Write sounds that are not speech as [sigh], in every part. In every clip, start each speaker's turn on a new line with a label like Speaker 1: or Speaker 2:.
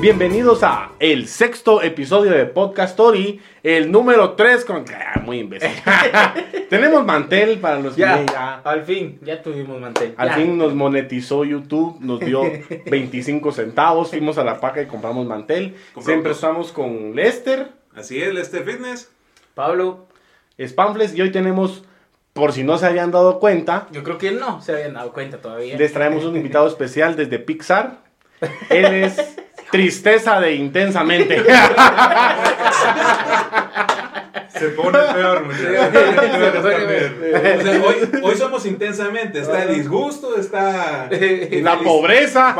Speaker 1: Bienvenidos a el sexto episodio de Podcast Story, el número 3 con... Ah, muy
Speaker 2: [laughs]
Speaker 1: imbécil. Tenemos mantel para los
Speaker 2: Ya,
Speaker 1: que ya-
Speaker 2: al fin, ya tuvimos mantel.
Speaker 1: Al
Speaker 2: Ya.
Speaker 1: fin nos monetizó YouTube, nos
Speaker 2: [laughs]
Speaker 1: dio 25 centavos, fuimos a la paca y compramos mantel.
Speaker 3: Compramos.
Speaker 1: Siempre estamos con Lester,
Speaker 3: Así es, Lester Fitness.
Speaker 2: Pablo,
Speaker 1: Spamfles y hoy tenemos, por si no se habían dado cuenta,
Speaker 2: yo creo que no se habían dado cuenta todavía.
Speaker 1: les traemos un invitado especial desde Pixar. Él
Speaker 2: [laughs]
Speaker 1: es Tristeza de Intensamente.
Speaker 3: Se pone
Speaker 1: [laughs]
Speaker 3: peor, muchachos.
Speaker 2: Se pone
Speaker 3: O sea, hoy, hoy somos intensamente. Está el disgusto,
Speaker 1: [laughs]
Speaker 3: está.
Speaker 1: La pobreza,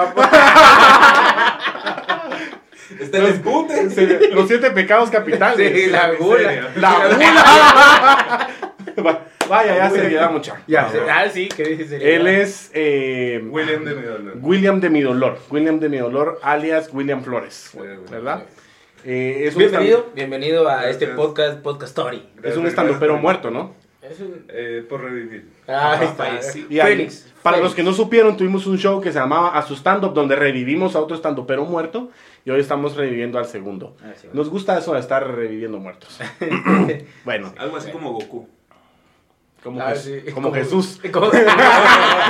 Speaker 3: Está el empute.
Speaker 1: se- los siete pecados capitales.
Speaker 2: Sí, Ah, la gula. [laughs]
Speaker 3: miseria.
Speaker 1: La gula. Va- Vaya, ya se queda mucha.
Speaker 2: Ya, se- ah, sí, que dice.
Speaker 1: Él es eh,
Speaker 3: William de mi dolor.
Speaker 1: William de mi dolor. William de mi dolor, alias William Flores.
Speaker 3: Sí, güey.
Speaker 1: ¿Verdad? Eh, es un
Speaker 2: Bienvenido, bienvenido a
Speaker 3: Gracias.
Speaker 2: este podcast, Podcast Story.
Speaker 1: stand- Es un estandopero muerto, ¿no?
Speaker 2: Es un.
Speaker 3: Eh, por revivir.
Speaker 2: Ah, ahí
Speaker 3: Ajá,
Speaker 2: está.
Speaker 3: sí.
Speaker 1: Y ahí-
Speaker 2: Félix,
Speaker 1: Para
Speaker 2: Félix.
Speaker 1: los que no supieron, tuvimos un show que se llamaba A su Stand Up, donde revivimos a otro estandopero muerto y hoy estamos reviviendo al segundo.
Speaker 2: Ah, sí, bueno.
Speaker 1: Nos gusta eso de estar reviviendo
Speaker 2: [laughs]
Speaker 1: muertos. bueno,
Speaker 3: Algo así como Goku.
Speaker 1: como,
Speaker 2: Ah,
Speaker 1: Jes-
Speaker 2: sí.
Speaker 1: como
Speaker 2: [laughs]
Speaker 1: Jesús. [laughs]
Speaker 2: como-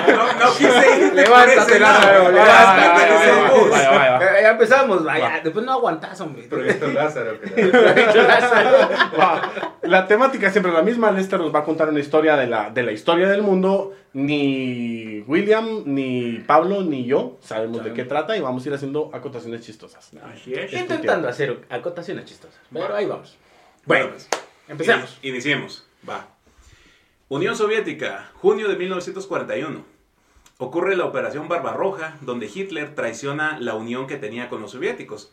Speaker 3: No, no quise irte
Speaker 2: Levántate, Lázaro,
Speaker 1: Vaya,
Speaker 2: levántate,
Speaker 1: vaya, vaya,
Speaker 2: Jesús.
Speaker 1: vaya, vaya, vaya, vaya.
Speaker 2: Ya empezamos, vaya.
Speaker 1: Va.
Speaker 2: Después no aguantás, hombre. [laughs]
Speaker 3: Proyecto Lázaro. que la-
Speaker 2: Lázaro.
Speaker 1: Va, La temática siempre es la misma. Lester nos va a contar una historia de la, de la historia del mundo. Ni William, ni Pablo, ni yo sabemos de qué trata y vamos a ir haciendo acotaciones chistosas.
Speaker 2: Estoy Intentando hacer acotaciones chistosas. Pero ahí vamos.
Speaker 3: Bueno,
Speaker 2: Empecemos.
Speaker 3: ini- Iniciemos. Va. Unión Soviética, junio de 1941. Ocurre la Operación Barbarroja, donde Hitler traiciona la unión que tenía con los soviéticos.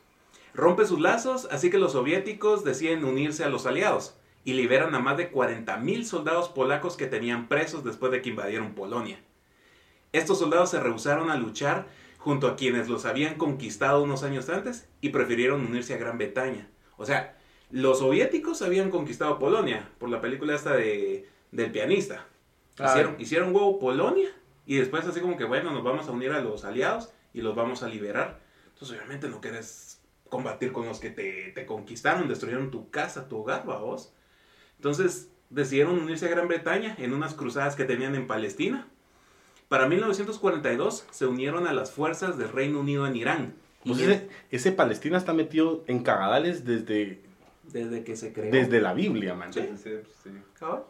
Speaker 3: Rompe sus lazos, así que los soviéticos deciden unirse a los aliados y liberan a más de 40.000 soldados polacos que tenían presos después de que invadieron Polonia. Estos soldados se rehusaron a luchar junto a quienes los habían conquistado unos años antes y prefirieron unirse a Gran Bretaña. O sea, los soviéticos habían conquistado Polonia por la película esta de, del pianista.
Speaker 2: Ah.
Speaker 3: Hicieron, hicieron huevo Polonia y después así como que bueno, nos vamos a unir a los aliados y los vamos a liberar. Entonces obviamente no quieres combatir con los que te, te conquistaron, destruyeron tu casa, tu hogar, ¿va vos. Entonces decidieron unirse a Gran Bretaña en unas cruzadas que tenían en Palestina. Para 1942 se unieron a las fuerzas del Reino Unido en Irán. Y
Speaker 1: Pues ese, ese Palestina está metido en cagadales desde,
Speaker 3: Desde que se creó.
Speaker 1: desde la Biblia, man.
Speaker 3: Sí.
Speaker 4: Sí, pues, sí.
Speaker 3: Cabrón.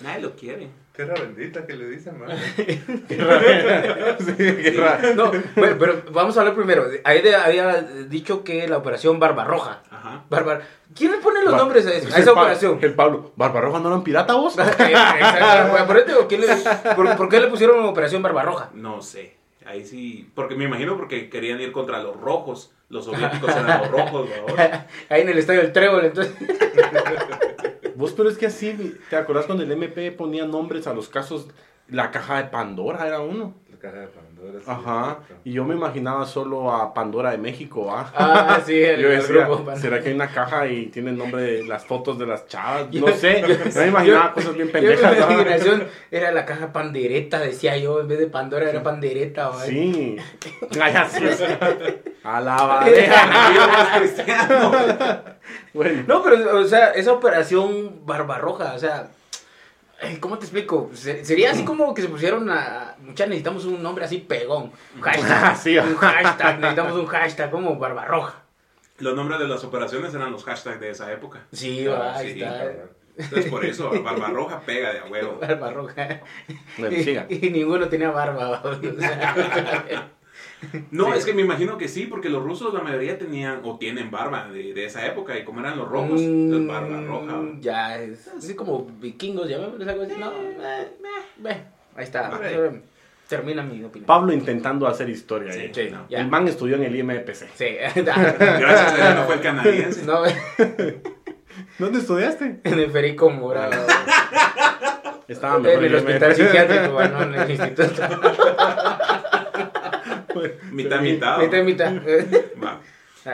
Speaker 3: Nadie lo quiere.
Speaker 4: Tierra bendita que le dicen,
Speaker 3: [laughs]
Speaker 4: man.
Speaker 1: Qué raro. [laughs] Sí, qué raro.
Speaker 2: No, bueno, pero vamos a hablar primero. Ahí de- había dicho que la operación Barbarroja.
Speaker 3: Ajá.
Speaker 2: Barbar... ¿Quién le pone los
Speaker 1: Va.
Speaker 2: nombres [laughs] a, esa- a
Speaker 1: El
Speaker 2: esa
Speaker 1: Pablo-
Speaker 2: operación?
Speaker 1: El Pablo, ¿Barbarroja no eran pirata
Speaker 2: [laughs]
Speaker 1: vos?
Speaker 2: Exacto. Por, eso digo, ¿quién le- por- por qué le pusieron operación Barbarroja?
Speaker 3: No sé. Ahí sí. Porque me imagino porque querían ir contra los rojos. Los soviéticos eran los rojos,
Speaker 1: [laughs]
Speaker 3: ¿verdad?
Speaker 2: Ahí en el estadio del Trébol, entonces.
Speaker 1: Vos, pero es que así, ¿te acordás cuando el MP ponía nombres a los casos? La caja de Pandora era uno.
Speaker 4: La caja de Pandora. sí,
Speaker 1: Ajá.
Speaker 4: exacto.
Speaker 1: Y yo me imaginaba solo a Pandora de México, ¿ah?
Speaker 2: [laughs] Ah, sí, el,
Speaker 1: Yo
Speaker 2: el
Speaker 1: decía,
Speaker 2: grupo. Bar-
Speaker 1: ¿será que hay una caja y tiene el nombre de las fotos de las chavas?
Speaker 2: [laughs] Yo-
Speaker 1: No sé, no me imaginaba cosas bien
Speaker 2: Yo, ¿eh?
Speaker 1: pendejas.
Speaker 2: mi
Speaker 1: ¿ah?
Speaker 2: imaginación [laughs] era la caja pandereta, decía yo, en vez de Pandora era pandereta. ¿vale? [laughs]
Speaker 1: Sí. Ay, así es. A la
Speaker 2: [laughs]
Speaker 1: bandeja.
Speaker 3: Yo más cristiano.
Speaker 1: Bueno, [laughs]
Speaker 2: No, pero, o sea, esa operación Barbarroja, o sea, ay, ¿cómo te explico? Se- Sería así como que se pusieron a. Muchas necesitamos un nombre así pegón. Un hashtag.
Speaker 1: Sí,
Speaker 2: un hashtag. Necesitamos un hashtag como Barbarroja.
Speaker 3: Los nombres de las operaciones eran los hashtags de esa época.
Speaker 2: Sí,
Speaker 4: Ah,
Speaker 2: va, ahí
Speaker 3: sí,
Speaker 2: está.
Speaker 4: cabrón.
Speaker 3: Entonces por eso, Barbarroja pega de a huevo.
Speaker 2: Barbarroja.
Speaker 1: bueno,
Speaker 2: y, [laughs]
Speaker 1: siga.
Speaker 2: y ninguno tenía barba. o sea,
Speaker 3: No,
Speaker 2: Sí.
Speaker 3: es que me imagino que sí, porque los rusos la mayoría tenían o tienen barba de, de esa época y como eran los [laughs] rojos, entonces
Speaker 2: mm,
Speaker 3: barba roja. ¿no?
Speaker 2: Ya, es así como vikingos, llamémosles algo así. No, eh, eh, ahí está. em,
Speaker 3: Vale.
Speaker 2: Termina mi opinión.
Speaker 1: Pablo intentando hacer historia.
Speaker 3: Sí,
Speaker 1: ahí.
Speaker 2: sí,
Speaker 3: no.
Speaker 2: ya.
Speaker 1: El man estudió en el IMPC.
Speaker 3: [laughs]
Speaker 2: Sí.
Speaker 3: Gracias a Dios no
Speaker 2: [laughs]
Speaker 3: fue el canadiense.
Speaker 2: No,
Speaker 1: ¿Dónde estudiaste?
Speaker 2: en el Federico Mora.
Speaker 1: Ah, Estaba mejor
Speaker 2: en el hospital
Speaker 1: IMPC.
Speaker 2: psiquiátrico, bueno, en el instituto.
Speaker 3: Mitad, mitad. ¿no?
Speaker 2: Mitad y mitad.
Speaker 3: Va.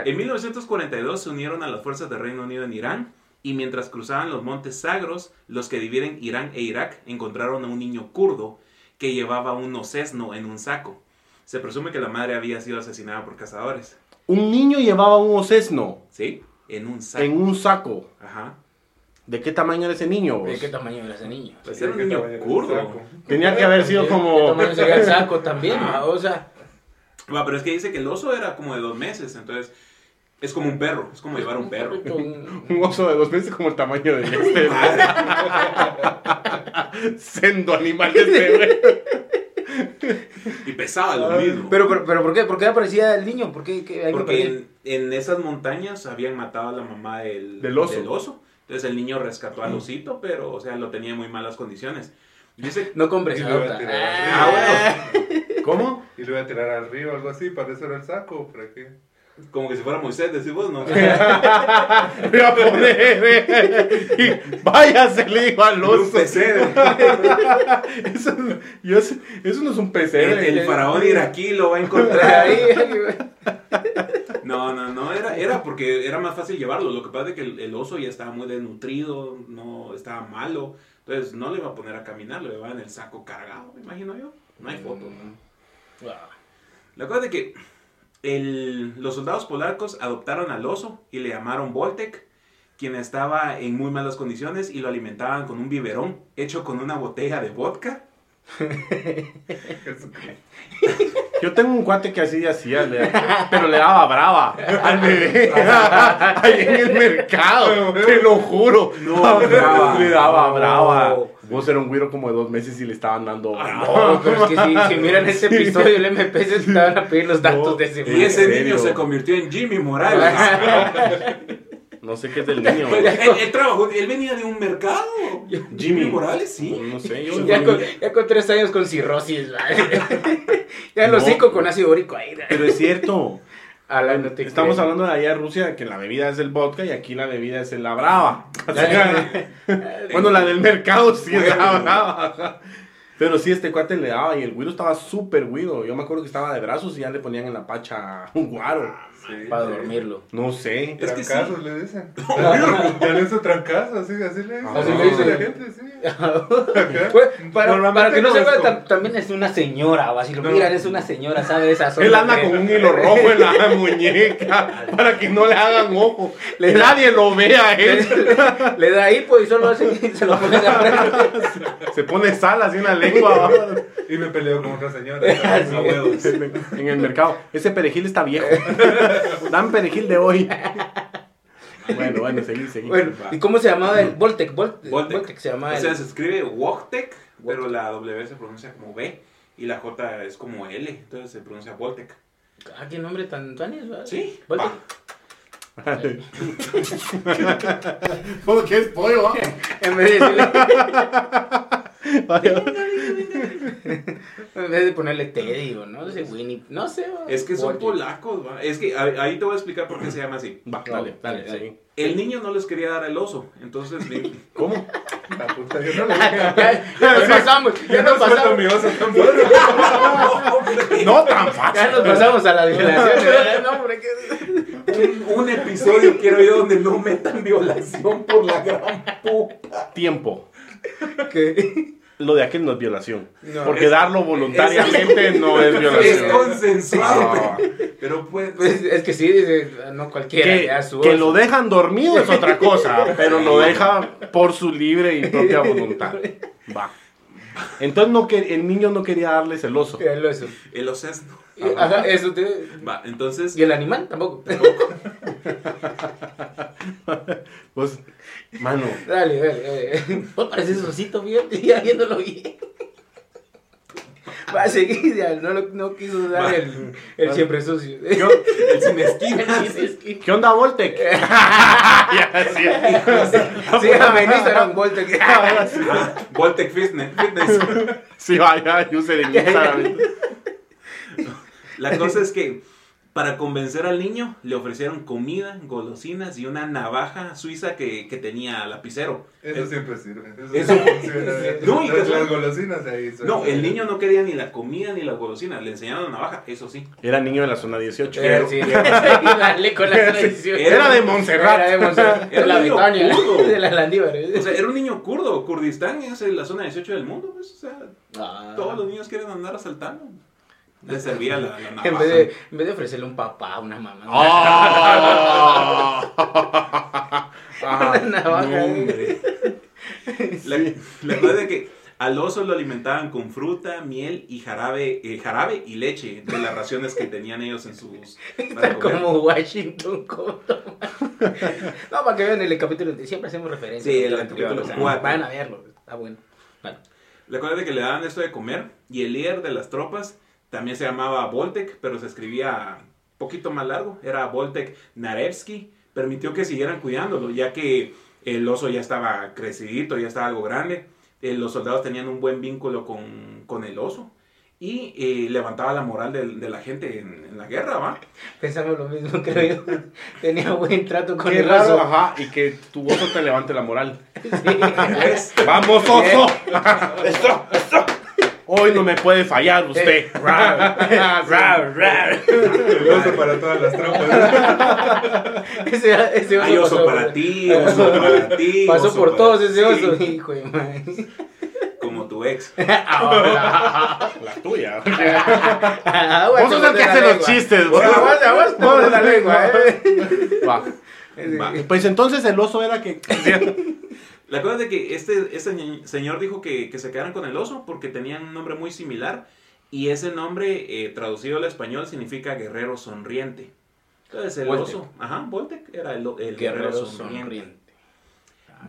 Speaker 3: En 1942 se unieron a las fuerzas del Reino Unido en Irán y mientras cruzaban los montes Sagros, los que dividen Irán e Irak encontraron a un niño kurdo que llevaba un nocesno en un saco. Se presume que la madre había sido asesinada por cazadores.
Speaker 1: Un niño llevaba un osesno
Speaker 3: ¿Sí? En un saco.
Speaker 1: en un saco.
Speaker 3: Ajá.
Speaker 1: ¿De qué tamaño era ese niño? vos?
Speaker 2: ¿De qué tamaño era ese niño?
Speaker 3: Pues
Speaker 4: Sí,
Speaker 3: era un
Speaker 4: que
Speaker 3: niño
Speaker 4: estaba en el
Speaker 3: kurdo.
Speaker 4: saco.
Speaker 1: Tenía que haber sido
Speaker 2: ¿De qué
Speaker 1: como...
Speaker 2: tamaño sería el saco también? ma? O sea,
Speaker 3: Va, pero es que dice que el oso era como de dos meses, entonces es como un perro, es como llevar un
Speaker 2: [laughs]
Speaker 3: perro.
Speaker 2: con-
Speaker 1: [laughs] Un oso de dos meses como el tamaño de este. güey. Sendo animal este, güey.
Speaker 3: Y pesaba lo mismo.
Speaker 2: Pero, pero, pero, ¿por qué? ¿Por qué aparecía el niño? ¿Por qué? qué- ahí me
Speaker 3: Porque
Speaker 2: perdí?
Speaker 3: en, en esas montañas habían matado a la mamá del,
Speaker 1: Del oso.
Speaker 3: Entonces el niño rescató al osito, pero, o sea, lo tenía en muy malas condiciones. Dice,
Speaker 2: No compres,
Speaker 4: Y lo
Speaker 2: adopta.
Speaker 4: iba a tirar.
Speaker 2: Ah,
Speaker 3: [laughs]
Speaker 1: ¿Cómo?
Speaker 4: Y lo iba a tirar al río o algo así, para eso era el saco, para qué.
Speaker 3: como que si fuera Moisés, decís vos,
Speaker 1: [laughs]
Speaker 3: ¿no?
Speaker 1: Voy a poner. eh, y váyase, le digo al
Speaker 3: Un
Speaker 1: oso. [laughs]
Speaker 3: pesebre.
Speaker 1: Eso, no- yo sé- eso no es un
Speaker 3: El,
Speaker 1: pesebre.
Speaker 3: el faraón iraquí lo va a encontrar.
Speaker 2: ahí, [laughs] ahí, güey.
Speaker 3: No, no, no, era, era porque era más fácil llevarlo. Lo que pasa es que el, el oso ya estaba muy desnutrido, no estaba malo. Entonces no le iba a poner a caminar, lo llevaba en el saco cargado, me imagino yo. No hay foto.
Speaker 2: Ah,
Speaker 3: La cosa es de que el- los soldados polacos adoptaron al oso y le llamaron Voltek, quien estaba en muy malas condiciones y lo alimentaban con un biberón hecho con una botella de vodka.
Speaker 1: Yo tengo un cuate que así hacía, le- pero le daba brava al
Speaker 3: [laughs]
Speaker 1: bebé. Ahí en el mercado, te lo juro.
Speaker 3: No, brava.
Speaker 1: le daba
Speaker 2: No.
Speaker 1: brava. Vos era un güiro como de dos meses y le estaban dando brava.
Speaker 2: No, pero es que si, si miran este episodio del MP se te van a pedir los datos
Speaker 1: No,
Speaker 2: de ese
Speaker 1: ¿en
Speaker 3: Y
Speaker 2: güey.
Speaker 3: ese
Speaker 1: serio?
Speaker 3: niño se convirtió en Jimmy Morales.
Speaker 1: No sé qué es del niño.
Speaker 3: Él,
Speaker 1: güey.
Speaker 3: él trabajó, él venía de un mercado. Jimmy, Morales, [laughs] sí.
Speaker 1: No sé, yo
Speaker 2: Ya con, ya con tres años con cirrosis, ¿vale? [laughs] Ya los
Speaker 1: No.
Speaker 2: cinco con ácido úrico ahí.
Speaker 1: Pero es cierto.
Speaker 2: Alan, no te
Speaker 1: Estamos
Speaker 2: creo.
Speaker 1: hablando de allá en Rusia que la bebida es el vodka y aquí la bebida es el la brava. O
Speaker 2: La-
Speaker 1: sea, [laughs] bueno, la del mercado sí es la brava. Pero sí, este cuate le daba y el güiro estaba súper güiro. Yo me acuerdo que estaba de brazos y ya le ponían en la pacha un guaro.
Speaker 4: Sí,
Speaker 2: Para
Speaker 4: sí.
Speaker 2: dormirlo.
Speaker 1: No sé.
Speaker 3: Es que sí.
Speaker 4: Trancazos le
Speaker 3: [laughs]
Speaker 4: dicen. Ya le hizo trancazos, así, así le dicen.
Speaker 1: Así le
Speaker 4: dicen
Speaker 2: dicen.
Speaker 4: la gente, sí.
Speaker 2: Pues, para,
Speaker 4: Normalmente
Speaker 2: para que no se
Speaker 4: no
Speaker 2: vea,
Speaker 4: es como-
Speaker 2: tam- también es una señora, o así lo
Speaker 4: No.
Speaker 2: miran, es una señora, ¿sabe? Esa
Speaker 1: Él anda con un hilo rojo en
Speaker 2: [laughs]
Speaker 1: la muñeca para que no le hagan ojo.
Speaker 2: Le-
Speaker 1: Nadie lo vea a él.
Speaker 2: [laughs] [laughs] Le, le da hipo y solo hace y se lo pone de frente. [laughs]
Speaker 1: Se pone sal así en la lengua. ¿va?
Speaker 4: Y me peleó con otra
Speaker 3: [laughs]
Speaker 4: señora.
Speaker 3: A huevos.
Speaker 1: en el mercado. Ese perejil está viejo. Dan perejil de hoy. Bueno, bueno, seguí, seguí.
Speaker 2: Bueno, ¿y cómo se llamaba el Voltec? Volt- Voltec,
Speaker 3: Voltec.
Speaker 2: se llamaba
Speaker 3: o
Speaker 2: el-
Speaker 3: sea, se escribe Wojtek, pero la W se pronuncia como B y la J es como L, entonces se pronuncia Voltec.
Speaker 2: Ah, qué nombre tan, tan es, ¿verdad?
Speaker 3: Sí,
Speaker 2: Voltec.
Speaker 3: va.
Speaker 1: ¿Cómo que es pollo? va?
Speaker 2: En vez de decirle-
Speaker 1: Vaya.
Speaker 2: En vez de ponerle Teddy o no sé, Winnie, no sé. va.
Speaker 3: Es que son
Speaker 2: Voltec.
Speaker 3: polacos, va. Es que a- ahí te voy a explicar por qué se llama así.
Speaker 1: Va, dale, dale, seguí.
Speaker 3: El niño no les quería dar el oso,
Speaker 2: [laughs]
Speaker 3: entonces [laughs] vi-
Speaker 1: ¿Cómo?
Speaker 4: La puta, yo no le
Speaker 3: Ah,
Speaker 2: Ya,
Speaker 4: dije.
Speaker 2: ya nos pasamos, ya nos
Speaker 4: Suelto
Speaker 2: pasamos.
Speaker 4: mi oso tan bueno.
Speaker 1: No tan
Speaker 2: Ya
Speaker 1: fácil.
Speaker 2: nos pasamos a las violaciones. ¿verdad? No, hombre, ¿qué?
Speaker 3: un, un episodio quiero yo donde no metan violación por la gran puta.
Speaker 1: Tiempo.
Speaker 2: ¿Qué?
Speaker 1: Lo de aquel no es violación.
Speaker 2: No.
Speaker 1: Porque darlo voluntariamente no es
Speaker 3: Es
Speaker 1: violación.
Speaker 3: consensuado,
Speaker 1: Ah.
Speaker 3: pero, pero pues,
Speaker 2: Pues, es que sí, dice, no cualquiera le da
Speaker 1: Que,
Speaker 2: su
Speaker 1: que
Speaker 2: oso.
Speaker 1: lo dejan dormido es otra cosa, pero lo deja por su libre y propia voluntad. Va. Entonces no que, el niño no quería darles el oso.
Speaker 2: El oso.
Speaker 3: el osesno.
Speaker 2: Y- Ajá, eso te...
Speaker 3: Va, entonces
Speaker 2: Y el animal tampoco.
Speaker 1: Pues, mano,
Speaker 2: Dale, dale, dale.
Speaker 1: [laughs]
Speaker 2: Vos pareces osito bien, [laughs] ya viéndolo bien. Va a seguir, ya, no, lo- no quiso dar
Speaker 3: Va.
Speaker 2: el, el
Speaker 1: Va.
Speaker 2: siempre sucio.
Speaker 1: [laughs]
Speaker 2: [laughs]
Speaker 1: Yo-
Speaker 3: el sin esquinas.
Speaker 2: sí,
Speaker 1: ¿qué onda,
Speaker 2: [laughs]
Speaker 1: Voltec? [laughs] Ya, sí.
Speaker 2: a Instagram,
Speaker 1: [laughs]
Speaker 2: vuelta. [laughs]
Speaker 3: Ah, [laughs] Voltec Fitness. Fitness.
Speaker 1: Sí, vaya, yo sé de Instagram.
Speaker 3: La cosa es que para convencer al niño le ofrecieron comida, golosinas y una navaja suiza que, que tenía lapicero.
Speaker 4: Eso
Speaker 3: El-
Speaker 4: siempre sirve. Eso,
Speaker 3: Eso-
Speaker 4: siempre funciona.
Speaker 3: No, y
Speaker 4: las,
Speaker 3: que-
Speaker 4: las golosinas ahí. son-
Speaker 3: No, el niño no quería ni la comida ni las golosinas, le enseñaron la navaja, eso sí.
Speaker 1: Era niño de la zona 18.
Speaker 2: Eh, Sí, [laughs] dale con
Speaker 1: [laughs]
Speaker 2: la tradición.
Speaker 1: Era de
Speaker 2: Era de
Speaker 1: Montserrat. [laughs]
Speaker 2: Monserrat, de
Speaker 3: Era
Speaker 2: la
Speaker 3: medio
Speaker 2: Britania,
Speaker 3: pudo.
Speaker 2: [laughs] de la Landívar.
Speaker 3: O sea, era un niño kurdo, Kurdistán es la zona 18 del mundo, pues, o sea,
Speaker 2: Ah.
Speaker 3: todos los niños quieren andar asaltando. Le servía la, la navaja.
Speaker 2: En vez, de, en vez de ofrecerle un papá, una mamá.
Speaker 1: ¡Oh! Ah, Ajá.
Speaker 2: Una [laughs] navaja.
Speaker 3: No, hombre. La, la cosa es que al oso lo alimentaban con fruta, miel y jarabe, eh, jarabe y leche de las raciones que tenían ellos en sus. para
Speaker 2: Está
Speaker 3: comer.
Speaker 2: como Washington. Como... no, para que vean el capítulo. de- Siempre hacemos referencia.
Speaker 3: Sí, el
Speaker 2: Durante
Speaker 3: capítulo
Speaker 2: o sea,
Speaker 3: cuatro.
Speaker 2: Vayan a verlo. Está bueno. Bueno,
Speaker 3: La cosa es que le daban esto de comer y el líder de las tropas también se llamaba Voltek, pero se escribía poquito más largo, era Voltek Narevsky, permitió que siguieran cuidándolo, ya que el oso ya estaba crecidito, ya estaba algo grande, eh, los soldados tenían un buen vínculo con, con el oso y eh, levantaba la moral de, de la gente en, en la guerra, ¿va?
Speaker 2: pensamos lo mismo, [laughs] creo yo. Tenía buen trato con
Speaker 1: Qué
Speaker 2: el
Speaker 1: raro,
Speaker 2: oso.
Speaker 1: ajá, y que tu oso te levante la
Speaker 2: [laughs]
Speaker 1: moral.
Speaker 3: Pues,
Speaker 1: ¡Vamos, oso! [laughs] ¡Eso, eso! Hoy no me puede fallar
Speaker 2: Eh.
Speaker 1: usted. Rar,
Speaker 2: [laughs]
Speaker 1: rar, rar.
Speaker 4: El oso
Speaker 3: Ah.
Speaker 4: para todas las
Speaker 3: [laughs]
Speaker 4: tropas.
Speaker 2: Ese, ese oso
Speaker 3: hay oso
Speaker 2: pasó,
Speaker 3: para ti, oso
Speaker 2: [laughs]
Speaker 3: para ti.
Speaker 2: Pasó
Speaker 3: oso
Speaker 2: por
Speaker 3: para
Speaker 2: todos ese
Speaker 3: ti,
Speaker 2: oso. Hijo de madre.
Speaker 3: Como tu ex.
Speaker 2: Ahora.
Speaker 1: La tuya.
Speaker 2: Vos
Speaker 1: Vos sos el que hace los chistes, güey.
Speaker 2: Aguanta, aguanta. Vos la lengua, eh.
Speaker 1: Va.
Speaker 3: Va.
Speaker 1: Pues entonces el oso era
Speaker 2: [laughs]
Speaker 1: que.
Speaker 3: La cosa es de que este, este ñe- señor dijo que, que se quedaran con el oso porque tenían un nombre muy similar y ese nombre eh, traducido al español significa guerrero sonriente. Entonces el
Speaker 2: Voltec.
Speaker 3: oso, ajá, Voltec era el, o- el guerrero, sonriente.
Speaker 2: sonriente.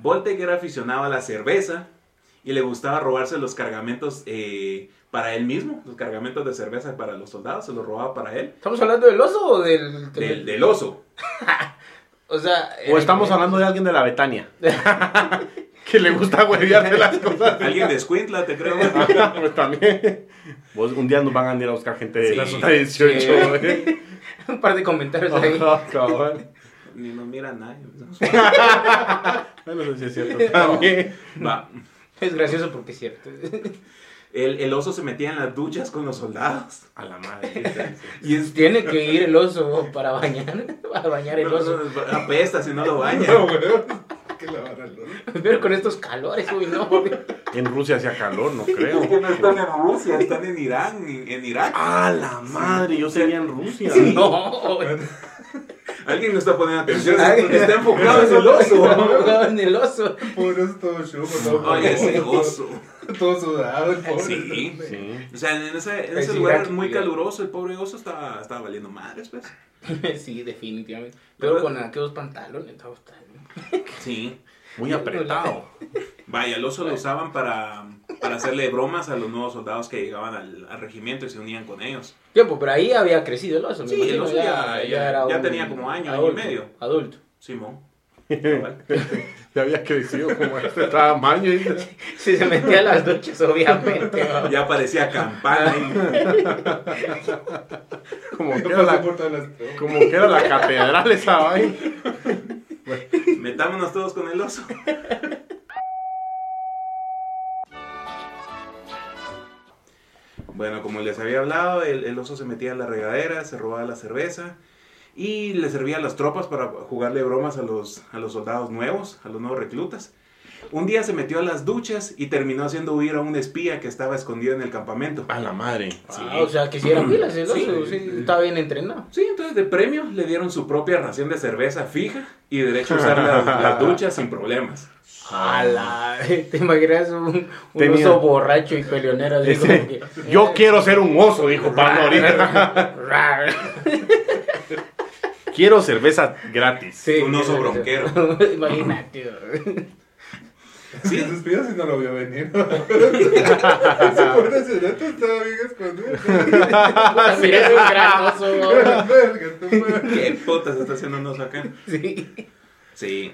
Speaker 3: Voltec era aficionado a la cerveza y le gustaba robarse los cargamentos eh, para él mismo, los cargamentos de cerveza para los soldados, se los robaba para él,
Speaker 2: ¿Estamos hablando del oso o del.?
Speaker 3: del, del [laughs] oso.
Speaker 2: O sea.
Speaker 1: O
Speaker 2: eh,
Speaker 1: estamos hablando de alguien de la Betania. [laughs] Que le gusta huevearse las [laughs] cosas.
Speaker 3: Alguien de Squintla, te creo. [laughs]
Speaker 1: Pues también. Vos un día nos van a venir a buscar gente de la
Speaker 3: Sí.
Speaker 1: zona 18, [laughs]
Speaker 2: Sí.
Speaker 1: güey.
Speaker 2: Un par de comentarios
Speaker 1: [laughs]
Speaker 2: ahí.
Speaker 1: Ajá, cabrón.
Speaker 3: Ni nos mira nadie. [laughs]
Speaker 1: Ay, No sé si es cierto. También.
Speaker 3: Va.
Speaker 2: Es gracioso porque es cierto.
Speaker 3: El, el oso se metía en las duchas con los soldados.
Speaker 1: A la madre.
Speaker 3: [laughs] Y
Speaker 2: [laughs]
Speaker 3: es
Speaker 2: Tiene que ir el oso para bañar. [laughs] Para bañar el
Speaker 3: no,
Speaker 2: oso.
Speaker 3: no, no, apesta si no lo baña.
Speaker 2: [laughs]
Speaker 4: No, weón. Que la barra el oso.
Speaker 2: Pero con estos calores, uy,
Speaker 3: [laughs]
Speaker 2: no.
Speaker 1: En Rusia hacía calor, no creo.
Speaker 3: Es que no están en Rusia, están en Irán, en, en Irak.
Speaker 1: A [laughs] la madre, yo sería en Rusia.
Speaker 2: No.
Speaker 3: Alguien no está poniendo atención,
Speaker 2: Alguien-
Speaker 3: [laughs] está enfocado en
Speaker 2: [laughs]
Speaker 3: el oso.
Speaker 2: En el oso. [laughs]
Speaker 4: Pobre oso todo chupo, todo
Speaker 3: Oye, ese
Speaker 4: todo-
Speaker 3: oso.
Speaker 4: Todo sudado, el pobre.
Speaker 3: Sí.
Speaker 1: Sí.
Speaker 3: O sea, en ese, en
Speaker 2: Es
Speaker 3: ese lugar
Speaker 2: Irak,
Speaker 3: muy
Speaker 2: Irak.
Speaker 3: caluroso, el pobre oso estaba, estaba valiendo madres, pues.
Speaker 2: Sí, definitivamente. Pero con aquellos pantalones. no, está bien.
Speaker 3: Sí.
Speaker 1: Muy apretado.
Speaker 3: Vaya, el oso lo usaban para, para hacerle bromas a los nuevos soldados que llegaban al, al regimiento y se unían con ellos.
Speaker 2: Tiempo, pero ahí había crecido el oso. me
Speaker 3: Sí,
Speaker 2: imagino,
Speaker 3: el oso ya- ya- ya tenía como año, año y
Speaker 2: adulto,
Speaker 3: medio.
Speaker 2: Adulto. [laughs]
Speaker 3: [laughs] Simón. cabal.
Speaker 1: Ya había crecido como este tamaño. y-
Speaker 2: Si se metía a las duchas,
Speaker 3: [laughs]
Speaker 2: obviamente. ¿no?
Speaker 3: Ya parecía campana. y-
Speaker 1: Como que,
Speaker 4: No
Speaker 1: era
Speaker 4: pasó
Speaker 1: la,
Speaker 4: por todas las tropas.
Speaker 1: como que era la catedral esa vaina.
Speaker 3: Metámonos todos con el oso. Bueno, como les había hablado, el, el oso se metía en la regadera, se robaba la cerveza y le servía a las tropas para jugarle bromas a los, a los soldados nuevos, a los nuevos reclutas. Un día se metió a las duchas y terminó haciendo huir a un espía que estaba escondido en el campamento.
Speaker 1: A la madre.
Speaker 2: Ah, o sea, que si era pilas el oso.
Speaker 3: Sí.
Speaker 2: sí, estaba bien entrenado.
Speaker 3: Sí, entonces de premio le dieron su propia ración de cerveza fija y derecho a usar la, la ducha sin problemas.
Speaker 2: Ala, [laughs] te imaginas un, un
Speaker 1: Tenía-
Speaker 2: oso borracho y peleonero. así
Speaker 1: Ese-
Speaker 2: como que-
Speaker 1: yo quiero ser un oso, dijo Pablo [laughs] ahorita.
Speaker 2: Rar.
Speaker 1: Quiero cerveza gratis.
Speaker 2: [laughs] Sí,
Speaker 3: Un oso
Speaker 2: sí,
Speaker 3: bronquero.
Speaker 2: sí. [laughs] Imagínate.
Speaker 3: Sí.
Speaker 4: Se suspira si no [laughs] lo vio venir. Ese pobre cerote estaba bien [laughs] escondido.
Speaker 1: Ah,
Speaker 2: Puta, Ah,
Speaker 1: [laughs]
Speaker 2: Mira, es un gran oso.
Speaker 4: Verga, tú, weón.
Speaker 3: ¿Qué putas está haciendo un oso acá?
Speaker 2: Sí.
Speaker 3: Sí.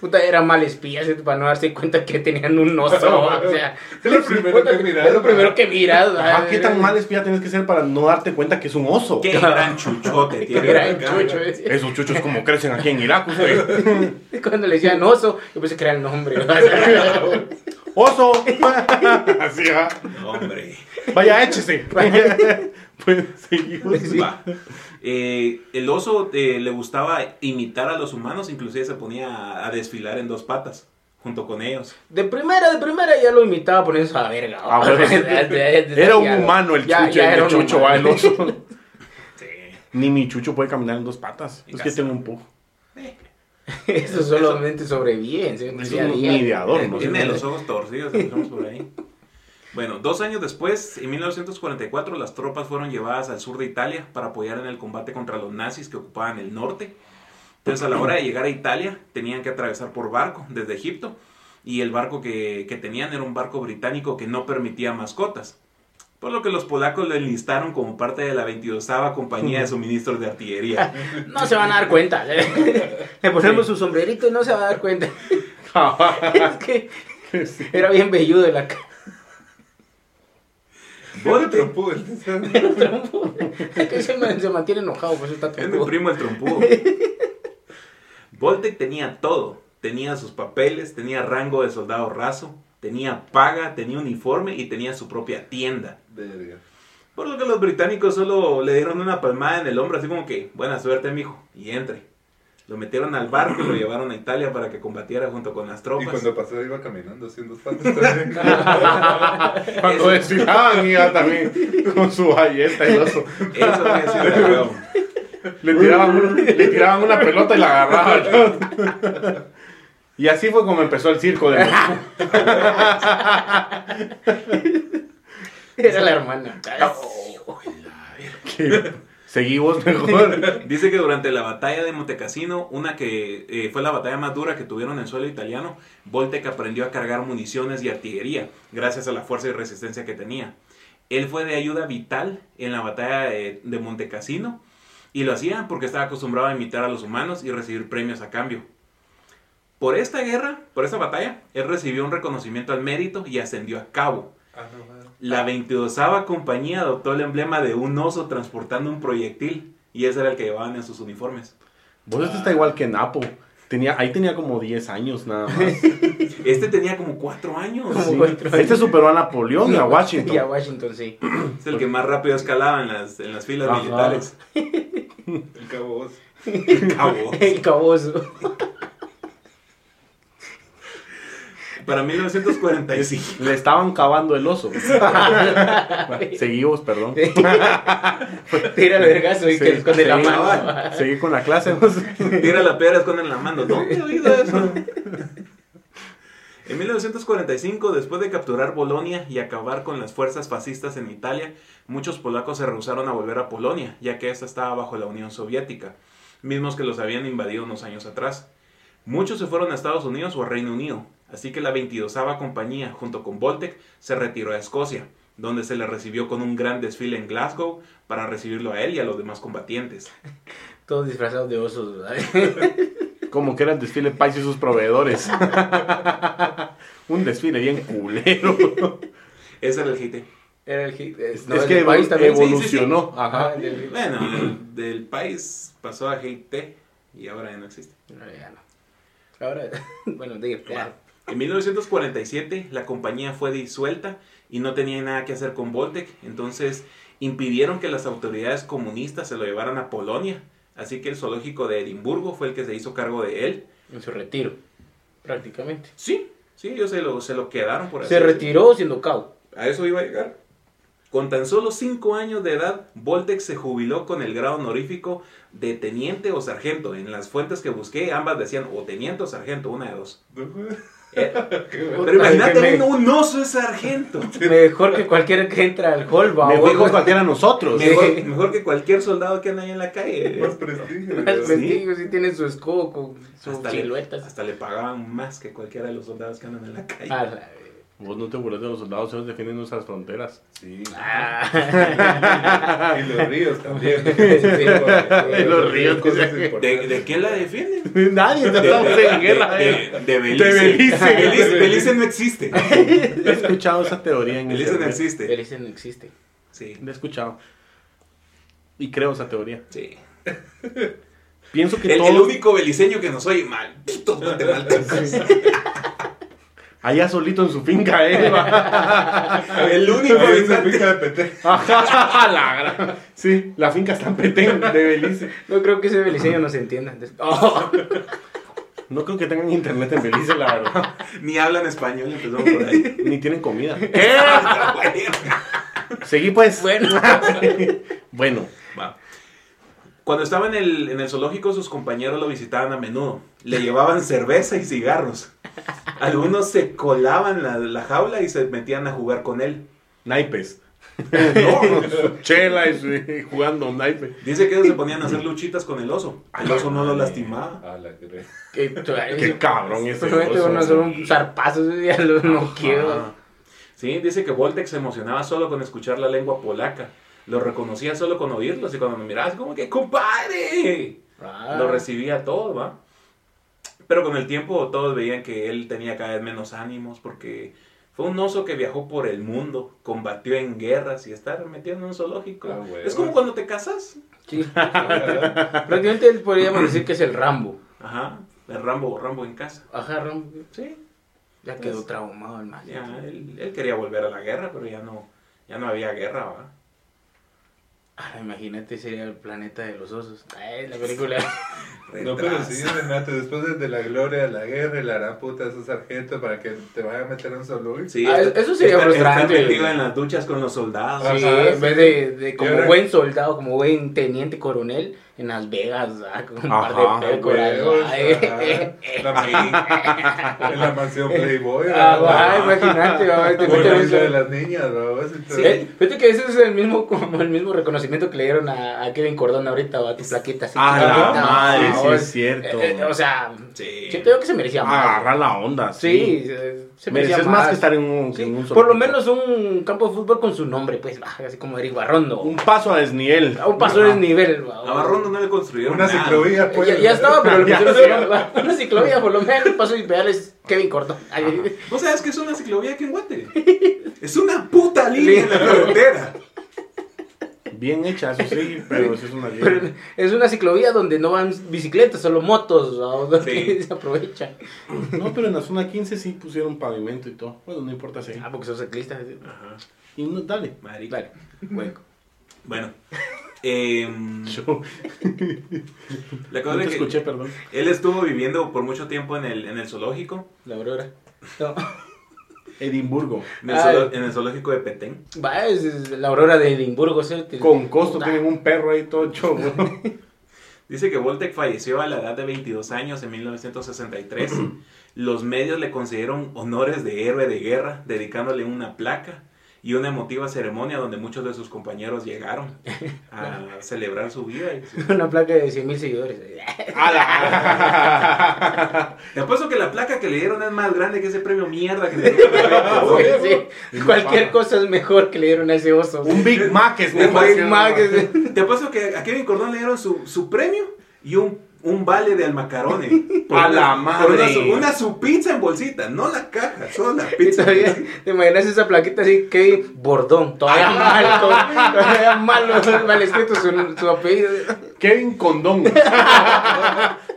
Speaker 2: Puta, era mal espía, ¿sí? para no darse cuenta que tenían un oso. o sea,
Speaker 4: Es lo primero
Speaker 2: puta,
Speaker 4: que
Speaker 2: Es
Speaker 4: miras,
Speaker 2: lo
Speaker 4: ¿no?
Speaker 2: primero que miras.
Speaker 1: Ajá,
Speaker 2: ¿verdad?
Speaker 1: ¿Qué tan mal espía tienes que ser para no darte cuenta que es un oso?
Speaker 3: [laughs] Qué gran chuchote
Speaker 2: Que
Speaker 3: tiene.
Speaker 2: era el
Speaker 3: acá.
Speaker 2: chucho. ¿eh?
Speaker 1: Esos chuchos como crecen aquí en Irak, usted.
Speaker 2: Cuando le decían oso, yo pensé que era el nombre. ¿verdad?
Speaker 1: [laughs]
Speaker 3: [laughs]
Speaker 1: ¡Oso! Así va.
Speaker 3: ah. Hombre.
Speaker 1: Vaya,
Speaker 3: [laughs]
Speaker 1: échese. pues seguimos.
Speaker 3: Va. Eh, el oso eh, le gustaba imitar a los humanos, inclusive se ponía a, a desfilar en dos patas. junto con ellos.
Speaker 2: De primera, de primera ya lo imitaba a ponerse a la verga.
Speaker 1: Ah,
Speaker 2: [laughs]
Speaker 1: bueno. [laughs] Era un humano el chucho, el chucho va el oso.
Speaker 3: [laughs] Sí.
Speaker 1: Ni mi chucho puede caminar en dos patas.
Speaker 3: En
Speaker 1: es que
Speaker 3: casa.
Speaker 1: tengo un pujo.
Speaker 2: [laughs] Eso solamente sobreviven. ¿sí?
Speaker 1: Es
Speaker 2: Día a
Speaker 1: un
Speaker 2: día.
Speaker 1: ni de
Speaker 3: [laughs]
Speaker 1: adorno.
Speaker 3: Tiene los ojos torcidos, empezamos por ahí. Bueno, dos años después, en 1944, las tropas fueron llevadas al sur de Italia para apoyar en el combate contra los nazis que ocupaban el norte. Entonces, a la hora de llegar a Italia, tenían que atravesar por barco desde Egipto. Y el barco que, que tenían era un barco británico que no permitía mascotas. Por lo que los polacos lo enlistaron como parte de la 22 Compañía de Suministros de Artillería.
Speaker 2: No se van a
Speaker 1: [laughs]
Speaker 2: dar cuenta. Le ponemos su sombrerito y no se va a dar cuenta. [laughs] es que era bien velludo de la [laughs] cara.
Speaker 4: Bote
Speaker 3: Bote.
Speaker 4: trompudo, el tesano.
Speaker 2: que se, ma- se mantiene enojado, por eso está
Speaker 3: Es mi
Speaker 2: todo.
Speaker 3: primo el trompudo. [laughs] Voltec tenía todo. Tenía sus papeles, tenía rango de soldado raso, tenía paga, tenía uniforme y tenía su propia tienda.
Speaker 4: Verga.
Speaker 3: Por lo que los británicos solo le dieron una palmada en el hombro, así como que, buena suerte, mijo, y entre. Lo metieron al barco y lo llevaron a Italia para que combatiera junto con las
Speaker 4: Y
Speaker 3: tropas.
Speaker 4: cuando pasó iba caminando haciendo patas [laughs] también.
Speaker 1: Cuando desfilaban iba también con su bayeta el oso.
Speaker 3: Eso había sido [laughs] el huevo.
Speaker 1: Le tiraban, un- le tiraban una pelota y la agarraban.
Speaker 3: [laughs]
Speaker 1: Y así fue como empezó el circo de
Speaker 2: Era la hermana.
Speaker 1: que seguimos mejor.
Speaker 3: Dice que durante la batalla de Montecassino, una que eh, fue la batalla más dura que tuvieron en suelo italiano, Voltec aprendió a cargar municiones y artillería, gracias a la fuerza y resistencia que tenía. Él fue de ayuda vital en la batalla de, de Montecassino y lo hacía porque estaba acostumbrado a imitar a los humanos y recibir premios a cambio. Por esta guerra, por esta batalla, él recibió un reconocimiento al mérito y ascendió a cabo.
Speaker 4: Ah, no, madre.
Speaker 3: La 22 compañía adoptó el emblema de un oso transportando un proyectil y ese era el que llevaban en sus uniformes.
Speaker 1: Vos este está igual que Napo. Tenía, ahí tenía como 10 años nada más.
Speaker 3: Este tenía como cuatro años.
Speaker 2: [laughs] Como
Speaker 1: Sí.
Speaker 2: cuatro años.
Speaker 1: Este superó a Napoleón y a
Speaker 2: [laughs] Y a
Speaker 1: Washington.
Speaker 2: Washington, sí. [laughs]
Speaker 3: Es el que más rápido escalaba en las, en las filas
Speaker 1: Ajá.
Speaker 3: militares.
Speaker 4: El cabo Oz.
Speaker 3: Cabo.
Speaker 2: El cabozo.
Speaker 3: Para 1945.
Speaker 1: Le estaban cavando el
Speaker 2: [laughs]
Speaker 1: oso. Seguimos, perdón.
Speaker 2: [laughs] Tira el vergazo y que
Speaker 1: Sí,
Speaker 2: esconde la
Speaker 1: seguí-
Speaker 2: mano.
Speaker 1: Seguí con la clase. vos.
Speaker 3: Tira la piedra, esconden la mano. No he oído eso. En 1945, después de capturar Bolonia y acabar con las fuerzas fascistas en Italia, muchos polacos se rehusaron a volver a Polonia, ya que ésta estaba bajo la Unión Soviética, mismos que los habían invadido unos años atrás. Muchos se fueron a Estados Unidos o a Reino Unido, así que la 22 compañía, junto con Voltec, se retiró a Escocia, donde se le recibió con un gran desfile en Glasgow para recibirlo a él y a los demás combatientes.
Speaker 2: [laughs] Todos disfrazados de osos, ¿verdad? [laughs]
Speaker 1: Como que era el desfile Pais y sus proveedores. [laughs] Un desfile bien culero.
Speaker 3: Ese era el hit.
Speaker 2: Era el hit.
Speaker 1: Es,
Speaker 2: no,
Speaker 1: es
Speaker 2: el
Speaker 1: que
Speaker 2: del país
Speaker 1: evol-
Speaker 2: también, sí, sí, sí.
Speaker 1: evolucionó.
Speaker 2: Ajá,
Speaker 1: Ajá.
Speaker 2: el Ah, del hit.
Speaker 3: Bueno, el- del país pasó a GT y ahora ya no existe.
Speaker 2: No, ya no. Ahora, [laughs] bueno, diga, ya.
Speaker 3: En 1947 la compañía fue disuelta y no tenía nada que hacer con Voltec, entonces impidieron que las autoridades comunistas se lo llevaran a Polonia, así que el zoológico de Edimburgo fue el que se hizo cargo de él.
Speaker 2: en su retiro, prácticamente.
Speaker 3: Sí, sí, ellos se lo, se lo quedaron por así
Speaker 2: Se
Speaker 3: decirlo.
Speaker 2: retiró siendo cabo.
Speaker 3: A eso iba a llegar. Con tan solo 5 años de edad, Voltec se jubiló con el grado honorífico de teniente o sargento. En las fuentes que busqué, ambas decían o teniente o sargento, una de dos.
Speaker 4: No, madre.
Speaker 3: Eh,
Speaker 4: Qué bueno.
Speaker 3: pero imagínate,
Speaker 2: Ay,
Speaker 3: un, un oso es sargento.
Speaker 2: Mejor que cualquiera que entra al hall, va.
Speaker 1: Mejor
Speaker 2: o algo
Speaker 1: que cualquiera de nosotros.
Speaker 3: Mejor, mejor que cualquier soldado que anda ahí en la
Speaker 4: Más [laughs]
Speaker 3: calle.
Speaker 4: prestigio.
Speaker 2: [laughs] así. El
Speaker 4: ¿verdad?
Speaker 2: mendigo sí tiene su escudo con sus
Speaker 3: Hasta le,
Speaker 2: siluetas. Ah.
Speaker 3: hasta le pagaban más que cualquiera de los soldados que andan en la calle.
Speaker 2: A la vez.
Speaker 1: Vos no te burles de los soldados, ellos defienden nuestras fronteras.
Speaker 4: Sí.
Speaker 3: [laughs]
Speaker 2: Ah.
Speaker 4: Y los ríos [laughs] también.
Speaker 2: Y
Speaker 1: los ríos,
Speaker 4: Cosas
Speaker 1: o sea,
Speaker 3: ¿De,
Speaker 4: importantes.
Speaker 3: de quién la defienden?
Speaker 1: [laughs] Nadie, no
Speaker 3: De,
Speaker 1: estamos en guerra.
Speaker 3: de-
Speaker 1: eh.
Speaker 3: de- de Belice.
Speaker 1: Belice.
Speaker 3: Belice- Belice no existe.
Speaker 1: He escuchado esa teoría en
Speaker 3: Belice no
Speaker 1: internet.
Speaker 3: existe.
Speaker 2: Belice no existe.
Speaker 3: Sí.
Speaker 1: La he escuchado. Y creo esa teoría.
Speaker 3: Sí.
Speaker 1: Pienso que
Speaker 3: El,
Speaker 1: todos...
Speaker 3: el único beliceño que nos oye, malditos guatemaltecos.
Speaker 1: Allá solito en su finca, eh.
Speaker 3: El único
Speaker 4: Ahí en su
Speaker 3: habitante-
Speaker 4: pica de pete.
Speaker 1: Ajá, [laughs] la gran- Sí, la finca está en Petén, de Belice.
Speaker 2: No creo que ese beliceño nos entienda. Entonces- Oh.
Speaker 1: No creo que tengan internet en Belice, la verdad. [laughs]
Speaker 3: Ni hablan español, empezamos por ahí.
Speaker 1: Ni tienen comida.
Speaker 3: Ah, bueno.
Speaker 1: Seguí pues.
Speaker 2: [laughs] Bueno.
Speaker 1: Bueno,
Speaker 3: Va. Cuando estaba en el, en el zoológico, sus compañeros lo visitaban a menudo. Le llevaban cerveza y cigarros. Algunos se colaban la, la jaula y se metían a jugar con él.
Speaker 1: naipes. No, chela y su- jugando naipes.
Speaker 3: Dice que ellos se ponían a hacer luchitas con el oso. El oso no lo lastimaba.
Speaker 4: A la cre-
Speaker 2: Qué,
Speaker 3: [laughs]
Speaker 2: qué
Speaker 1: Qué cabrón ese
Speaker 2: Seguramente
Speaker 1: oso.
Speaker 2: van a hacer un zarpazo ese día, lo no
Speaker 3: Ah.
Speaker 2: quiero.
Speaker 3: Sí, dice que Voltex se emocionaba solo con escuchar la lengua polaca. Lo reconocía solo con oírlos y cuando me mirabas, como que compadre.
Speaker 4: Ah.
Speaker 3: Lo recibía todo, ¿va? Pero con el tiempo todos veían que él tenía cada vez menos ánimos porque fue un oso que viajó por el mundo, combatió en guerras y estar metido en un zoológico.
Speaker 4: Ah, huevo.
Speaker 3: es como cuando te casas.
Speaker 2: Sí.
Speaker 4: [laughs] Ah,
Speaker 2: Prácticamente él podríamos decir que es el Rambo.
Speaker 3: Ajá, el Rambo, Rambo en casa.
Speaker 2: Ajá, Rambo.
Speaker 3: Sí,
Speaker 2: Ya
Speaker 1: Pues,
Speaker 2: quedó traumado el man.
Speaker 3: ya, él, él quería volver a la guerra, pero ya no, ya no había guerra, ¿va?
Speaker 2: Ah, imagínate, sería el planeta de los osos. Ay, la película. [laughs]
Speaker 3: pues,
Speaker 4: No, pero sí, Renato, después de- de la gloria, la guerra y la gran puta de esos sargentos para que te vayan a meter a un zoológico.
Speaker 3: Sí,
Speaker 2: Ah,
Speaker 3: está-
Speaker 2: eso sería
Speaker 3: está-
Speaker 2: frustrante.
Speaker 3: Está metido en las duchas con los soldados.
Speaker 4: Ah,
Speaker 2: Sí,
Speaker 4: Ajá,
Speaker 2: en vez de, de como
Speaker 4: ahora-
Speaker 2: buen soldado, como buen teniente coronel en Las Vegas, ah, con un
Speaker 1: Ajá,
Speaker 2: par de pércolas.
Speaker 4: Huevos,
Speaker 2: ah, eh, [laughs]
Speaker 4: ajá.
Speaker 2: eh,
Speaker 4: La man- en la mansión Playboy.
Speaker 2: ah,
Speaker 4: ¿verdad?
Speaker 2: ah, imagínate, ah, te
Speaker 4: Como
Speaker 2: meten
Speaker 4: la
Speaker 2: eso.
Speaker 4: isla de las niñas, ¿verdad? Así todo.
Speaker 2: Eh, Fíjate que ese es el mismo, como el mismo reconocimiento que le dieron a, a Kevin Cordón ahorita o a tu plaqueta. así,
Speaker 1: A la
Speaker 2: chiquitita,
Speaker 1: madre,
Speaker 2: ah,
Speaker 1: sí
Speaker 2: o-
Speaker 1: es cierto.
Speaker 2: eh, eh, o sea,
Speaker 3: Sí.
Speaker 2: yo creo que se merecía más.
Speaker 1: Agarra la onda,
Speaker 2: Sí,
Speaker 1: sí.
Speaker 2: eh, se merecía
Speaker 1: Mereces más que estar en un,
Speaker 2: Sí,
Speaker 1: en un
Speaker 2: por lo
Speaker 1: zoológico.
Speaker 2: menos un campo de fútbol con su nombre, pues, va, así como Eric Barrondo.
Speaker 1: Un paso a desnivel.
Speaker 2: A un paso de desnivel. va.
Speaker 3: A Barrondo no le construyeron
Speaker 4: Una
Speaker 3: nada.
Speaker 4: ciclovía, pues.
Speaker 2: Ya, ya estaba, pero le
Speaker 1: Ya.
Speaker 2: pusieron su nombre, va. una ciclovía, por lo menos el paso ideal es Kevin Cordón. Ay,
Speaker 3: ¿No sabes que es una ciclovía aquí en Guate? Es una puta línea en la carretera.
Speaker 1: Bien hecha, eso
Speaker 2: [laughs]
Speaker 1: sí, pero eso es una
Speaker 2: pero [laughs]
Speaker 1: ley.
Speaker 2: es una ciclovía donde no van bicicletas, solo motos, va, o donde [laughs]
Speaker 3: Sí.
Speaker 2: se aprovechan.
Speaker 1: No, pero en la zona 15 sí pusieron pavimento y todo. Bueno, no importa si.
Speaker 2: Ah, porque son ciclistas. sí.
Speaker 3: Ajá,
Speaker 1: Y no, dale.
Speaker 3: marica.
Speaker 2: Dale, [laughs] hueco.
Speaker 3: Bueno, em,
Speaker 1: Yo
Speaker 3: la
Speaker 1: no
Speaker 3: cosa
Speaker 1: te
Speaker 3: es que
Speaker 1: escuché, perdón.
Speaker 3: él estuvo viviendo por mucho tiempo en el, en el zoológico,
Speaker 2: La aurora. No.
Speaker 1: Edimburgo.
Speaker 3: en el,
Speaker 2: Ay.
Speaker 3: zoolo- en el zoológico de Petén.
Speaker 2: Va, es, es la aurora de Edimburgo. ¿sí?
Speaker 1: Con costo
Speaker 2: Puta.
Speaker 1: tienen un perro ahí todo choco.
Speaker 2: [laughs]
Speaker 3: Dice que Voltec falleció a la edad de 22 años en 1963.
Speaker 1: Mm.
Speaker 3: Los medios le concedieron honores de héroe de guerra, dedicándole una placa y una emotiva ceremonia donde muchos de sus compañeros llegaron a
Speaker 1: [laughs]
Speaker 3: celebrar su vida. y
Speaker 2: [laughs]
Speaker 3: su-
Speaker 2: Una placa de 100.000 seguidores. [laughs]
Speaker 3: Te apuesto que la placa que le dieron es más grande que ese premio mierda que le dieron.
Speaker 1: [laughs]
Speaker 4: Ah,
Speaker 2: Sí,
Speaker 4: huevo.
Speaker 2: sí. Cualquier cosa es mejor que le dieron a ese oso.
Speaker 1: un Big Mac es
Speaker 2: Un
Speaker 1: mejor que
Speaker 2: Big Mac es-
Speaker 3: Te apuesto que a Kevin Cordón le dieron su, su premio y un, un vale de almacarone.
Speaker 1: [laughs]
Speaker 3: Por
Speaker 1: A la
Speaker 3: una- por Una,
Speaker 1: madre.
Speaker 3: su, una su pizza en bolsita, no la caja, solo la
Speaker 2: Y
Speaker 3: pizza.
Speaker 2: todavía, ¿Te imaginas esa plaquita así? que Bordón. Todavía mal, todavía, todavía mal, mal escrito su, su apellido.
Speaker 1: Kevin
Speaker 2: [laughs]
Speaker 1: Condón.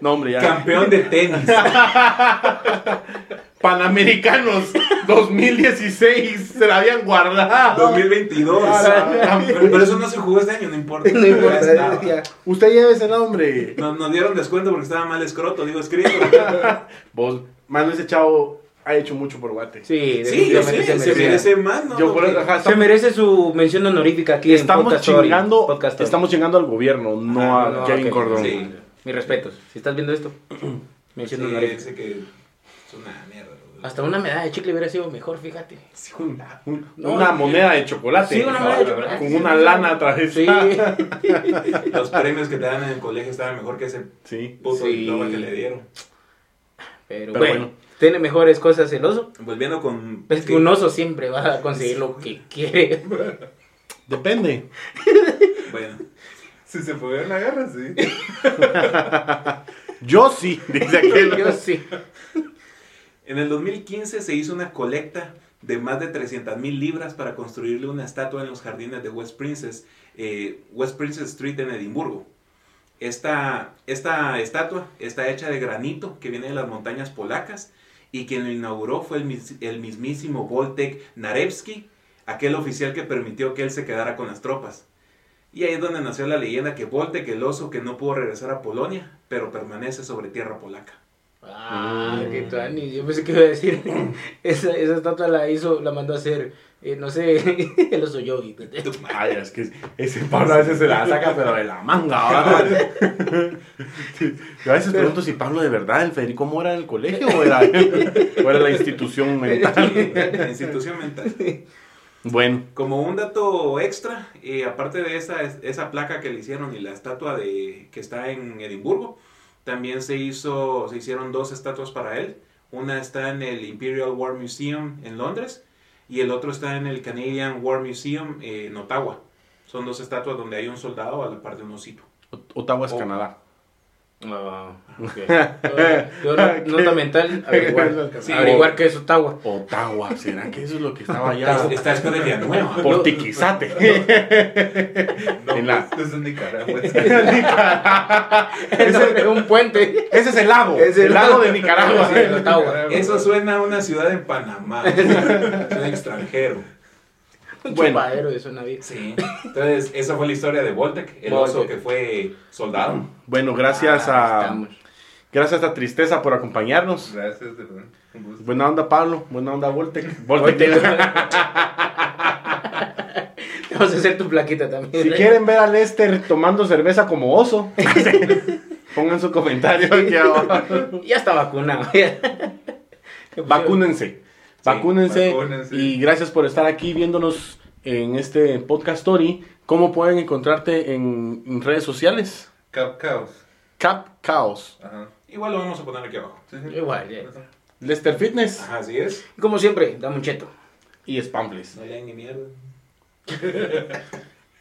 Speaker 1: no, hombre, ya.
Speaker 3: Campeón de tenis.
Speaker 2: [laughs]
Speaker 1: Panamericanos 2016 se la habían guardado.
Speaker 3: 2022.
Speaker 1: Ah, la-
Speaker 3: Pero, pero eso no se jugó este año, no importa.
Speaker 2: No importa.
Speaker 3: Ya estaba.
Speaker 2: decía,
Speaker 1: Usted lleve ese nombre.
Speaker 3: Nos, nos dieron descuento porque estaba mal escroto, digo escrito.
Speaker 1: Vos, mano, ese chavo ha hecho mucho por Guate.
Speaker 2: Sí,
Speaker 3: Sí, yo sé,
Speaker 2: definitivamente
Speaker 3: se merece más, ¿no?
Speaker 1: Yo
Speaker 3: no,
Speaker 1: por
Speaker 3: que-
Speaker 1: eso, ajá,
Speaker 2: Se
Speaker 1: estamos,
Speaker 2: merece su mención honorífica aquí
Speaker 1: estamos
Speaker 2: en Podcast Story,
Speaker 1: chingando,
Speaker 2: Podcast Story.
Speaker 1: estamos chingando al gobierno, no
Speaker 3: Ah,
Speaker 1: a
Speaker 2: No,
Speaker 1: Kevin
Speaker 2: ok.
Speaker 1: Cordón.
Speaker 3: Sí.
Speaker 2: Mis respetos. Si estás viendo esto,
Speaker 3: Sí,
Speaker 2: mención honorífica.
Speaker 3: sé que es una mierda.
Speaker 2: Hasta una medalla de chicle hubiera sido mejor, fíjate.
Speaker 1: Sí, un- un-
Speaker 2: No,
Speaker 1: una
Speaker 2: no.
Speaker 1: moneda de chocolate.
Speaker 2: Sí, una medalla de
Speaker 1: Con
Speaker 2: chocolate.
Speaker 1: Con una lana atravesada.
Speaker 2: Sí.
Speaker 3: [laughs] Los premios que te dan en el colegio estaban mejor que ese
Speaker 1: [laughs] Sí.
Speaker 3: puto
Speaker 2: Sí.
Speaker 3: diploma que le dieron.
Speaker 1: Pero
Speaker 2: Pero, bueno,
Speaker 1: bueno.
Speaker 2: tiene mejores cosas el oso.
Speaker 3: Volviendo con.
Speaker 2: Es que un oso siempre va a conseguir lo que quiere.
Speaker 1: Depende.
Speaker 3: Bueno,
Speaker 4: Si se pudieron la guerra, sí.
Speaker 1: Yo sí, [laughs] dice aquel.
Speaker 2: Yo sí.
Speaker 3: en el 2015 se hizo una colecta de más de 300 mil libras para construirle una estatua en los jardines de West Princess, eh, West Princess Street en Edimburgo. Esta, esta estatua está hecha de granito que viene de las montañas polacas y quien lo inauguró fue el, mis- el mismísimo Voltek Narevsky, aquel oficial que permitió que él se quedara con las tropas. Y ahí es donde nació la leyenda que Voltek, el oso que no pudo regresar a Polonia, pero permanece sobre tierra polaca.
Speaker 2: Ah,
Speaker 1: Mm.
Speaker 2: qué tani. Yo pensé que iba a decir, [laughs] esa, esa estatua la hizo, la mandó a hacer, eh, no sé, [laughs] el oso yogi.
Speaker 1: Ay, es que ese Pablo a veces se la saca, pero de la manga. ¿verdad? Sí. Yo a veces pregunto si Pablo de verdad, el Federico Mora era el colegio o era, [laughs] o era la institución mental.
Speaker 3: La institución mental.
Speaker 1: Bueno,
Speaker 3: Como un dato extra, eh, aparte de esa, esa placa que le hicieron y la estatua de, que está en Edimburgo, también se, hizo, se hicieron dos estatuas para él. Una está en el Imperial War Museum en Londres y el otro está en el Canadian War Museum eh, en Ottawa. Son dos estatuas donde hay un soldado a la par de un osito.
Speaker 1: Ot- Ottawa es
Speaker 3: Oh.
Speaker 1: Canadá.
Speaker 2: Ah, ok. [laughs] Yo, no- nota mental,
Speaker 1: [laughs]
Speaker 2: averiguar,
Speaker 1: Sí.
Speaker 2: averiguar qué
Speaker 1: [laughs]
Speaker 2: es [laughs] Ottawa.
Speaker 1: Ottawa, ¿será que eso es lo que estaba allá?
Speaker 3: Está, está después de [laughs] Villanueva.
Speaker 1: Por Tiquizate.
Speaker 4: No,
Speaker 1: En la-
Speaker 4: pues, es un nicaragüense.
Speaker 2: Es un puente. [laughs]
Speaker 1: Ese es el lago.
Speaker 2: Es el
Speaker 1: el lago
Speaker 2: lago.
Speaker 1: de Nicaragua.
Speaker 2: Sí, el Ottawa.
Speaker 3: Eso
Speaker 4: pues.
Speaker 3: suena a una ciudad en [laughs] Panamá. un extranjero.
Speaker 2: Un
Speaker 1: Bueno.
Speaker 2: chupadero, eso nadie.
Speaker 3: Sí. Entonces, esa fue la historia de Voltec, el oso que fue soldado.
Speaker 1: Bueno, gracias a
Speaker 2: Ah, estamos.
Speaker 1: gracias a Tristeza por acompañarnos.
Speaker 4: Gracias, de verdad. Un gusto.
Speaker 1: Buena onda Pablo, buena onda Voltec.
Speaker 2: Te
Speaker 1: Voltec.
Speaker 2: Vamos a hacer tu plaquita también.
Speaker 1: Si quieren ver a Lester tomando cerveza como oso, pongan su comentario aquí abajo.
Speaker 2: [laughs] Ya está vacunado.
Speaker 1: [laughs] Vacúnense. Vacúnense.
Speaker 4: vacúnense.
Speaker 1: Y gracias por estar aquí viéndonos en este podcast story. ¿Cómo pueden encontrarte en en redes sociales?
Speaker 4: Cap Caos.
Speaker 1: Cap Caos.
Speaker 4: Ajá.
Speaker 3: Igual lo vamos a poner aquí abajo.
Speaker 4: Sí, sí.
Speaker 2: Igual, ya.
Speaker 1: Lester Fitness
Speaker 3: Ajá, así es.
Speaker 2: Como siempre, dame
Speaker 1: [laughs]
Speaker 2: un cheto.
Speaker 1: y Spambles.
Speaker 3: No le hagan ni mierda.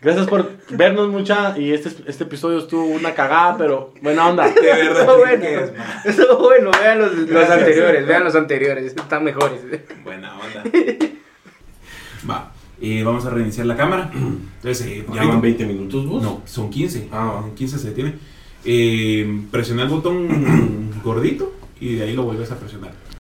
Speaker 1: Gracias por vernos mucha y este, este episodio estuvo una cagada, pero buena onda.
Speaker 3: De verdad.
Speaker 2: Estuvo
Speaker 3: que
Speaker 2: bueno.
Speaker 3: es ma-
Speaker 2: Estuvo [laughs] bueno, vean los, los
Speaker 4: Gracias.
Speaker 2: anteriores, vean los anteriores, están mejores.
Speaker 3: Buena onda. [laughs] Va. eh, vamos a reiniciar la cámara. Entonces, eh, ya van
Speaker 1: 20 minutos vos?
Speaker 3: No, son 15.
Speaker 1: Ah, va.
Speaker 3: En 15 se detiene. Eh, presiona el botón gordito y de ahí lo vuelves a presionar.